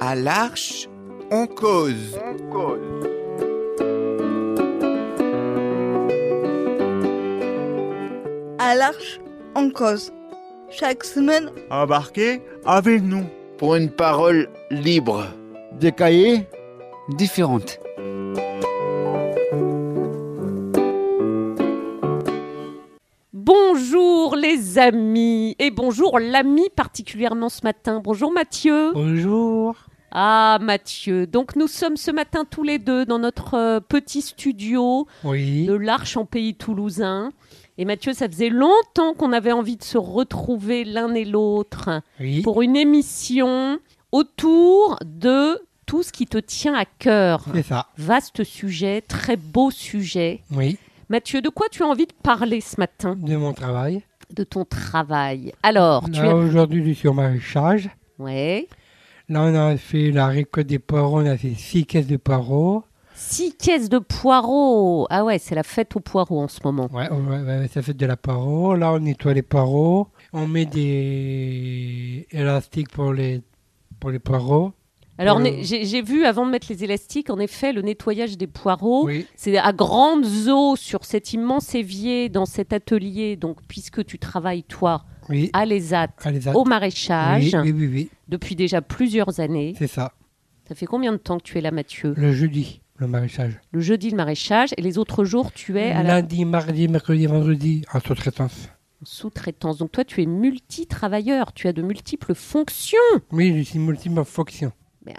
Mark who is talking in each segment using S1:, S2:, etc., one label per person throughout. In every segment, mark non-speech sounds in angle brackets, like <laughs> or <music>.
S1: à l'Arche, on cause.
S2: à l'Arche en cause. Chaque semaine,
S3: Embarquez avec nous.
S4: pour une parole libre.
S5: Des cahiers
S6: différentes.
S7: Bonjour les amis et bonjour l'ami particulièrement ce matin. Bonjour Mathieu.
S3: Bonjour.
S7: Ah Mathieu, donc nous sommes ce matin tous les deux dans notre euh, petit studio
S3: Oui.
S7: de l'Arche en pays toulousain. Et Mathieu, ça faisait longtemps qu'on avait envie de se retrouver l'un et l'autre
S3: Oui.
S7: pour une émission autour de tout ce qui te tient à cœur.
S3: C'est ça.
S7: Vaste sujet, très beau sujet.
S3: Oui.
S7: Mathieu, de quoi tu as envie de parler ce matin
S3: De mon travail.
S7: De ton travail. Alors, Oh, tu
S3: Là,
S7: as...
S3: aujourd'hui, je suis au maraîchage.
S7: Ouais.
S3: Là, on a fait la récolte des poireaux. On a fait six caisses de poireaux.
S7: Six caisses de poireaux. Ah ouais, c'est la fête aux poireaux en ce moment.
S3: Ouais, on- ouais, ouais, ça fait de la poireau. Là, on nettoie les poireaux. On met des élastiques pour les, pour les poireaux.
S7: Alors,
S3: Pour
S7: on
S3: le-
S7: est- j'ai j'ai vu avant de mettre les élastiques, en effet, le nettoyage des poireaux.
S3: Oui.
S7: C'est à grandes eaux sur cet immense évier dans cet atelier. Donc, puisque tu travailles, toi,
S3: Oui.
S7: à l'ESAT,
S3: Allez, ça.
S7: au
S3: oui,
S7: maraîchage,
S3: oui, oui, oui.
S7: depuis déjà plusieurs années.
S3: C'est ça.
S7: Ça fait combien de temps que tu es là, Mathieu
S3: Le jeudi, le maraîchage.
S7: Le jeudi, le maraîchage, et les autres jours, tu es à la
S3: Lundi, mardi, mercredi, vendredi, en sous-traitance.
S7: sous-traitance. Donc, toi, tu es multi-travailleur. Tu as de multiples fonctions.
S3: Oui, je suis multiple fonction.
S7: Mais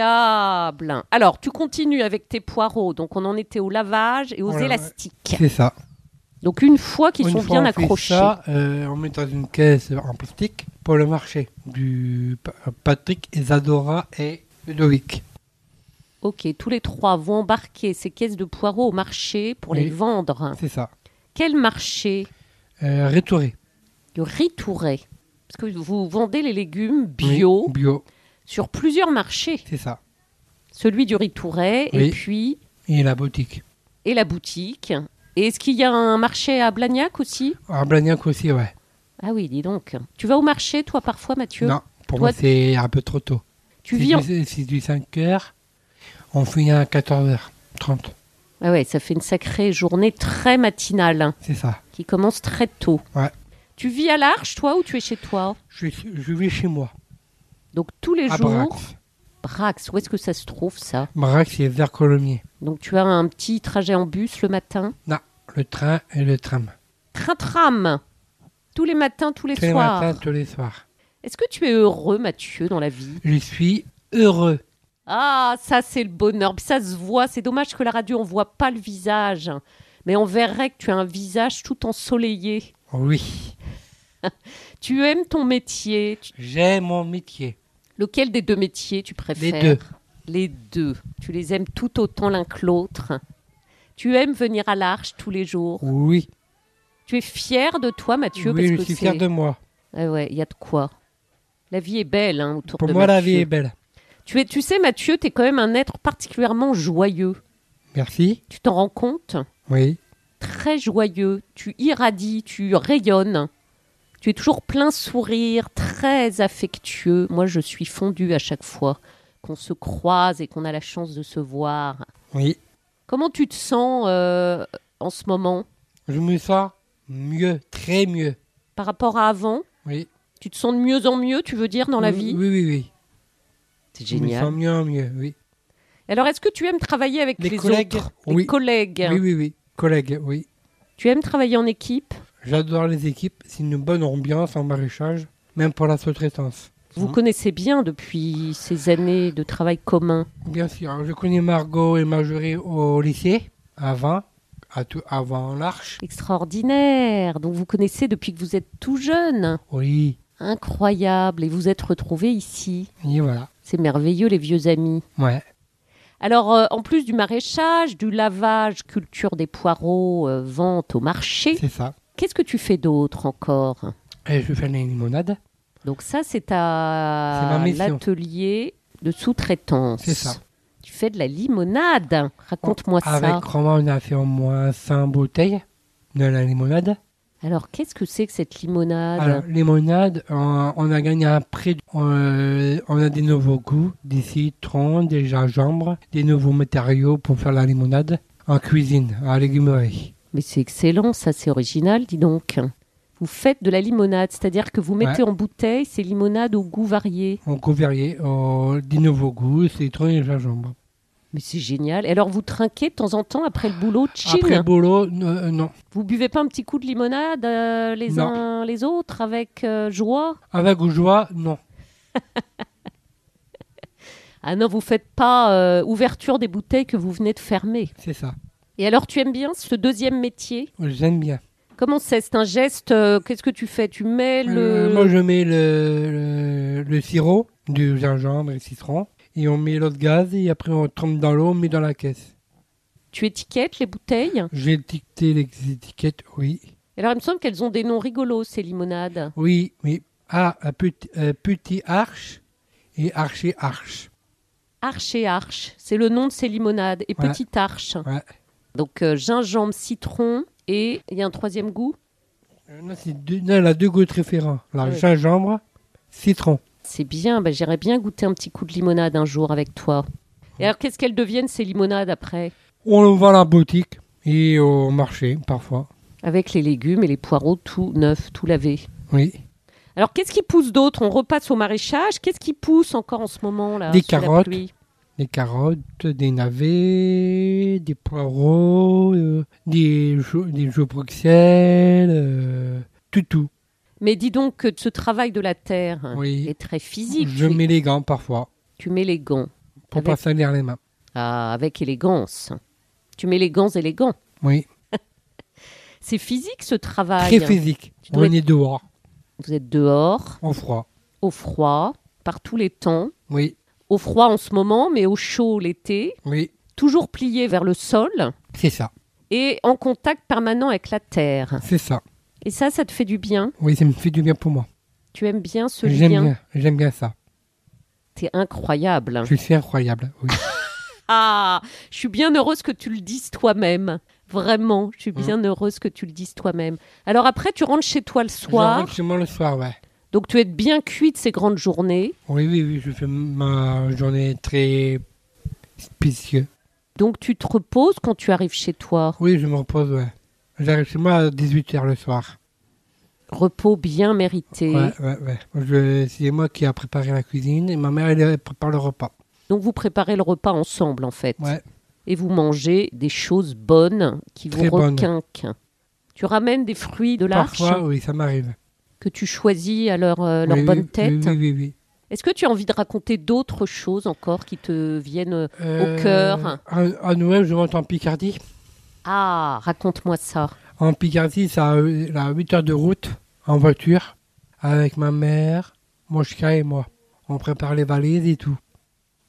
S7: incroyable Alors, tu continues avec tes poireaux. Donc, on en était au lavage et aux
S3: Oh là là.
S7: élastiques.
S3: C'est ça.
S7: Donc, une fois qu'ils
S3: Une
S7: sont
S3: fois
S7: bien
S3: on fait
S7: accrochés.
S3: Ça, euh, on met dans une caisse en plastique pour le marché du Pa- euh, Patrick et Zadora et Ludovic.
S7: Ok, tous les trois vont embarquer ces caisses de poireaux au marché pour les
S3: Oui.
S7: vendre.
S3: C'est ça.
S7: Quel marché
S3: Euh, Rétouré.
S7: Le Ritouret. Parce que vous vendez les légumes bio
S3: Oui, bio,
S7: sur plusieurs marchés.
S3: c'est ça.
S7: Celui du Ritouret et
S3: Oui.
S7: puis
S3: Et la boutique.
S7: et la boutique. Et est-ce qu'il y a un marché à Blagnac aussi
S3: À Blagnac aussi, ouais.
S7: Ah oui, dis donc. Tu vas au marché, toi, parfois, Mathieu
S3: Non, pour
S7: toi-
S3: moi, c'est un peu trop tôt.
S7: Tu
S3: C'est
S7: vis en-
S3: du- C'est du 5h. On finit à 14h30.
S7: Ah ouais, ça fait une sacrée journée très matinale hein,
S3: C'est ça.
S7: qui commence très tôt.
S3: Ouais.
S7: Tu vis à l'Arche, toi, ou tu es chez toi
S3: Je, suis- je vais chez moi,
S7: Donc tous les
S3: à
S7: jours.
S3: Brax.
S7: Brax, où est-ce que ça se trouve ça
S3: Brax, c'est vers Colomiers.
S7: Donc tu as un petit trajet en bus le matin
S3: Le train et le tram.
S7: Train-tram Tous les matins, tous les
S3: Tous les
S7: soirs.
S3: matins, tous les soirs.
S7: Est-ce que tu es heureux, Mathieu, dans la vie
S3: Je suis heureux.
S7: Ah, ça c'est le bonheur, Puis ça se voit, c'est dommage que la radio, on voit pas le visage. Mais on verrait que tu as un visage tout ensoleillé.
S3: Oui.
S7: Tu aimes ton métier, Tu-
S3: J'aime mon métier.
S7: Lequel des deux métiers tu préfères
S3: Les deux.
S7: Les deux. Tu les aimes tout autant l'un que l'autre. Tu aimes venir à l'Arche tous les jours.
S3: Oui.
S7: Tu es fier de toi, Mathieu
S3: oui,
S7: parce
S3: je
S7: que
S3: suis fier
S7: c'est-
S3: de moi.
S7: Ah ouais, il y a de quoi. La vie est belle hein, autour
S3: Pour
S7: de
S3: moi, la vie
S7: Mathieu.
S3: est belle.
S7: Tu, es, tu sais, Mathieu, tu es quand même un être particulièrement joyeux.
S3: Merci.
S7: Tu t'en rends compte
S3: Oui.
S7: Très joyeux. Tu irradies, tu rayonnes. Tu es toujours plein sourire, très affectueux. Moi, je suis fondue à chaque fois qu'on se croise et qu'on a la chance de se voir.
S3: Oui.
S7: Comment tu te sens euh, en ce moment
S3: Je me sens mieux, très mieux.
S7: par rapport à avant
S3: Oui.
S7: Tu te sens de mieux en mieux, tu veux dire, dans la
S3: Oui,
S7: vie
S3: Mm, Oui, oui, oui.
S7: C'est
S3: Je me sens mieux en mieux, oui.
S7: Alors, est-ce que tu aimes travailler avec
S3: Les
S7: les
S3: collègues,
S7: autres Les
S3: oui.
S7: collègues
S3: Oui, oui, oui. Collègue, oui.
S7: Tu aimes travailler en équipe
S3: J'adore les équipes. C'est une bonne ambiance en maraîchage, même pour la sous-traitance.
S7: Vous
S3: Mhm.
S7: connaissez bien depuis ces années de travail commun.
S3: Bien sûr. Je connais Margot et Marjorie au lycée, avant, à tout, avant l'Arche.
S7: Extraordinaire Donc, vous connaissez depuis que vous êtes tout jeune.
S3: Oui.
S7: Incroyable Et vous êtes retrouvés ici.
S3: Et voilà.
S7: C'est merveilleux, les vieux amis.
S3: Ouais.
S7: Alors, euh, en plus du maraîchage, du lavage, culture des poireaux, euh, vente au marché,
S3: C'est ça.
S7: Qu'est-ce que tu fais d'autre encore
S3: Et je fais les limonades.
S7: Donc ça, c'est
S3: C'est
S7: à
S3: ma mission.
S7: l'atelier de sous-traitance.
S3: C'est ça.
S7: Tu fais de la limonade. Raconte-moi ça.
S3: Avec Romain, on a fait au moins 100 bouteilles de la limonade.
S7: Alors, qu'est-ce que c'est que cette limonade
S3: Alors, limonade, on, on a gagné un prix. euh, on a des nouveaux goûts, des citrons, des gingembre, des nouveaux matériaux pour faire la limonade en cuisine, à la légumerie.
S7: Mais c'est excellent, ça, c'est original, dis donc. Vous faites de la limonade, c'est-à-dire que vous mettez en bouteille ces limonades au goût varié.
S3: On couvrier euh, des nouveaux goûts, citrons et gingembre.
S7: Mais c'est génial. Et alors, vous trinquez de temps en temps après le boulot, chin.
S3: Après le boulot, n- euh, non.
S7: Vous buvez pas un petit coup de limonade euh, les
S3: Non.
S7: uns les autres avec euh, joie
S3: Avec joie, non.
S7: Ah non, vous faites pas euh, ouverture des bouteilles que vous venez de fermer.
S3: C'est ça.
S7: Et alors, tu aimes bien ce deuxième métier
S3: J'aime bien.
S7: Comment c'est C'est un geste. euh, Qu'est-ce que tu fais Tu mets le.
S3: Euh, moi, je mets le, le, le sirop du gingembre et le citron. Et on met l'eau de gaz et après on trempe dans l'eau, on met dans la caisse.
S7: Tu étiquettes les bouteilles
S3: J'ai étiqueté les étiquettes, oui.
S7: Alors, il me semble qu'elles ont des noms rigolos, ces limonades.
S3: Oui, oui. Ah, un petit, un petit arche et archer arche.
S7: Arche et arche, c'est le nom de ces limonades. Et
S3: Ouais.
S7: petite arche.
S3: Ouais.
S7: Donc, euh, gingembre, citron et il y a un troisième goût
S3: Euh, Non, c'est deux, non, elle a deux goûts différents. La
S7: Oui.
S3: gingembre, citron.
S7: C'est bien, bah, j'irais bien goûter un petit coup de limonade un jour avec toi. Et alors, qu'est-ce qu'elles deviennent ces limonades après
S3: On le vend à la boutique et au marché parfois.
S7: Avec les légumes et les poireaux tout neufs, tout lavés.
S3: Oui.
S7: Alors, qu'est-ce qui pousse d'autre On repasse au maraîchage. Qu'est-ce qui pousse encore en ce moment là
S3: Des
S7: sous la
S3: carottes.
S7: pluie
S3: Des carottes, des navets, des poireaux, euh, des, choux, des choux Bruxelles, euh, tout, tout.
S7: Mais dis donc que ce travail de la terre
S3: Oui.
S7: est très physique.
S3: Je
S7: tu,
S3: mets les gants parfois
S7: tu mets les gants.
S3: pour
S7: Avec-
S3: pas salir les mains.
S7: Ah, avec élégance. Tu mets les gants élégants.
S3: Oui.
S7: C'est physique ce travail.
S3: Très physique.
S7: Ah, Tu
S3: On
S7: dois
S3: est dehors,
S7: Vous êtes dehors,
S3: en froid.
S7: au froid, par tous les temps.
S3: Oui,
S7: Au froid en ce moment, mais au chaud l'été.
S3: oui,
S7: toujours plié vers le sol
S3: c'est ça,
S7: et en contact permanent avec la terre.
S3: c'est ça.
S7: Et ça, ça te fait du bien.
S3: Oui, ça me fait du bien pour moi.
S7: Tu hein. aimes bien ce
S3: J'aime
S7: lien.
S3: bien, j'aime bien ça.
S7: T'es incroyable.
S3: Je suis incroyable. Oui.
S7: Ah, je suis bien heureuse que tu le dises toi-même. Vraiment, je suis
S3: Mhm.
S7: bien heureuse que tu le dises toi-même. Alors après, tu rentres chez <laughs> toi le
S3: Je
S7: soir.
S3: rentre chez moi le soir, ouais.
S7: Donc tu es bien cuit de ces grandes journées.
S3: Oui, oui, oui, je fais ma journée très spécieuse.
S7: Donc tu te reposes quand tu arrives chez toi.
S3: Oui, je me repose, ouais. J'arrive chez moi à 18h le soir.
S7: Repos bien mérité.
S3: Ouais, ouais, ouais. Je- C'est moi qui a préparé la cuisine et ma mère, elle elle prépare le repas.
S7: Donc vous préparez le repas ensemble en fait.
S3: Ouais,
S7: et vous mangez des choses bonnes qui vous
S3: Très bonnes.
S7: requinquent. Tu ramènes des fruits de l'arche
S3: parfois, oui, ça m'arrive.
S7: que tu choisis à leur, euh, leur
S3: Oui,
S7: bonne
S3: oui,
S7: tête.
S3: Oui, oui, oui. oui.
S7: Est-ce que tu as envie de raconter d'autres choses encore qui te viennent
S3: Euh,
S7: cœur.
S3: À, à Noël, je rentre en Picardie.
S7: Ah, raconte-moi ça.
S3: En Picardie, ça a, là, 8 heures de route en voiture avec ma mère, mon chien et moi. On prépare les valises et tout.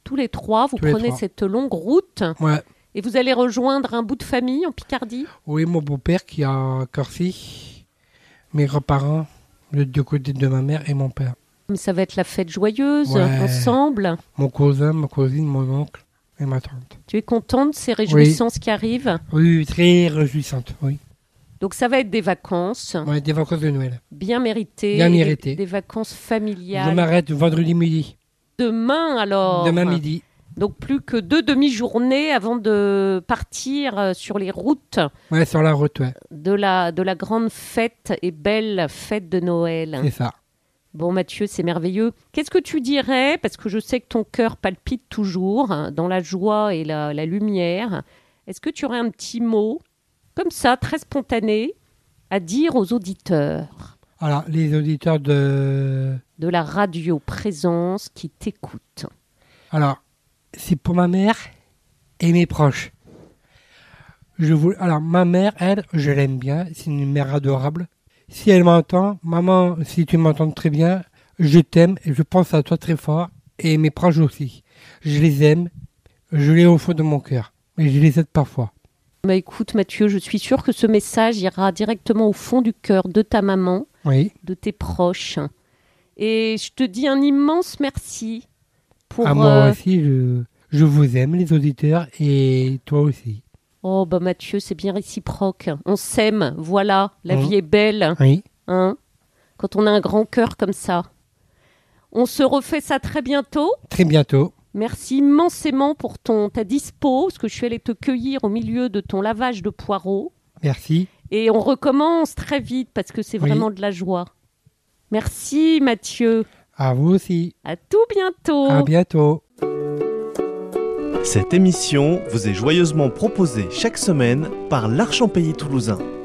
S7: Tous les trois, vous
S3: Tous les
S7: prenez
S3: trois.
S7: cette longue route
S3: Ouais.
S7: et vous allez rejoindre un bout de famille en Picardie.
S3: Oui, mon beau-père qui est en Corsi, mes grands-parents, de deux côtés de ma mère et mon père.
S7: Mais ça va être la fête joyeuse
S3: Ouais.
S7: ensemble.
S3: Mon cousin, ma cousine, mon oncle et ma tante.
S7: Tu es contente de ces réjouissances qui arrivent.
S3: Oui, oui, très réjouissante, oui.
S7: Donc ça va être des vacances
S3: Ouais, des vacances de Noël.
S7: bien méritées,
S3: Bien
S7: des-
S3: méritées.
S7: des vacances
S3: Je
S7: familiales.
S3: m'arrête vendredi midi,
S7: Demain alors.
S3: demain midi.
S7: Donc plus que deux demi-journées avant de partir euh, sur les routes
S3: Ouais, sur la route, ouais.
S7: de la, de la grande fête et belle fête de Noël.
S3: C'est ça.
S7: Bon Mathieu, c'est merveilleux. Qu'est-ce que tu dirais, parce que je sais que ton cœur palpite toujours hein, dans la joie et la, la lumière, est-ce que tu aurais un petit mot, comme ça, très spontané, à dire aux auditeurs
S3: Alors, les auditeurs de.
S7: de la radio présence qui t'écoutent
S3: Alors, c'est pour ma mère et mes proches. Je vous... Alors, ma mère, elle, je l'aime bien. C'est une mère adorable. Si elle m'entend, maman, si tu m'entends très bien, je t'aime et je pense à toi très fort. Et mes proches aussi. Je les aime. Je les ai au fond de mon cœur. Mais je les aide parfois.
S7: Bah écoute Mathieu, je suis sûre que ce message ira directement au fond du cœur de ta maman,
S3: Oui.
S7: de tes proches. Et je te dis un immense merci pour
S3: à moi
S7: euh,
S3: aussi, je... je vous aime, les auditeurs, et toi aussi.
S7: Oh, bah Mathieu, c'est bien réciproque. On s'aime, voilà, la
S3: Mhm.
S7: vie est belle,
S3: Oui.
S7: hein, quand on a un grand cœur comme ça. On se refait ça très bientôt.
S3: Très bientôt.
S7: Merci immensément pour ton, ta dispo, parce que je suis allée te cueillir au milieu de ton lavage de poireaux.
S3: Merci.
S7: Et on recommence très vite, parce que c'est
S3: Oui.
S7: vraiment de la joie. Merci Mathieu.
S3: À vous aussi.
S7: À tout bientôt.
S3: À bientôt.
S5: Cette émission vous est joyeusement proposée chaque semaine par l'Archempayé toulousain.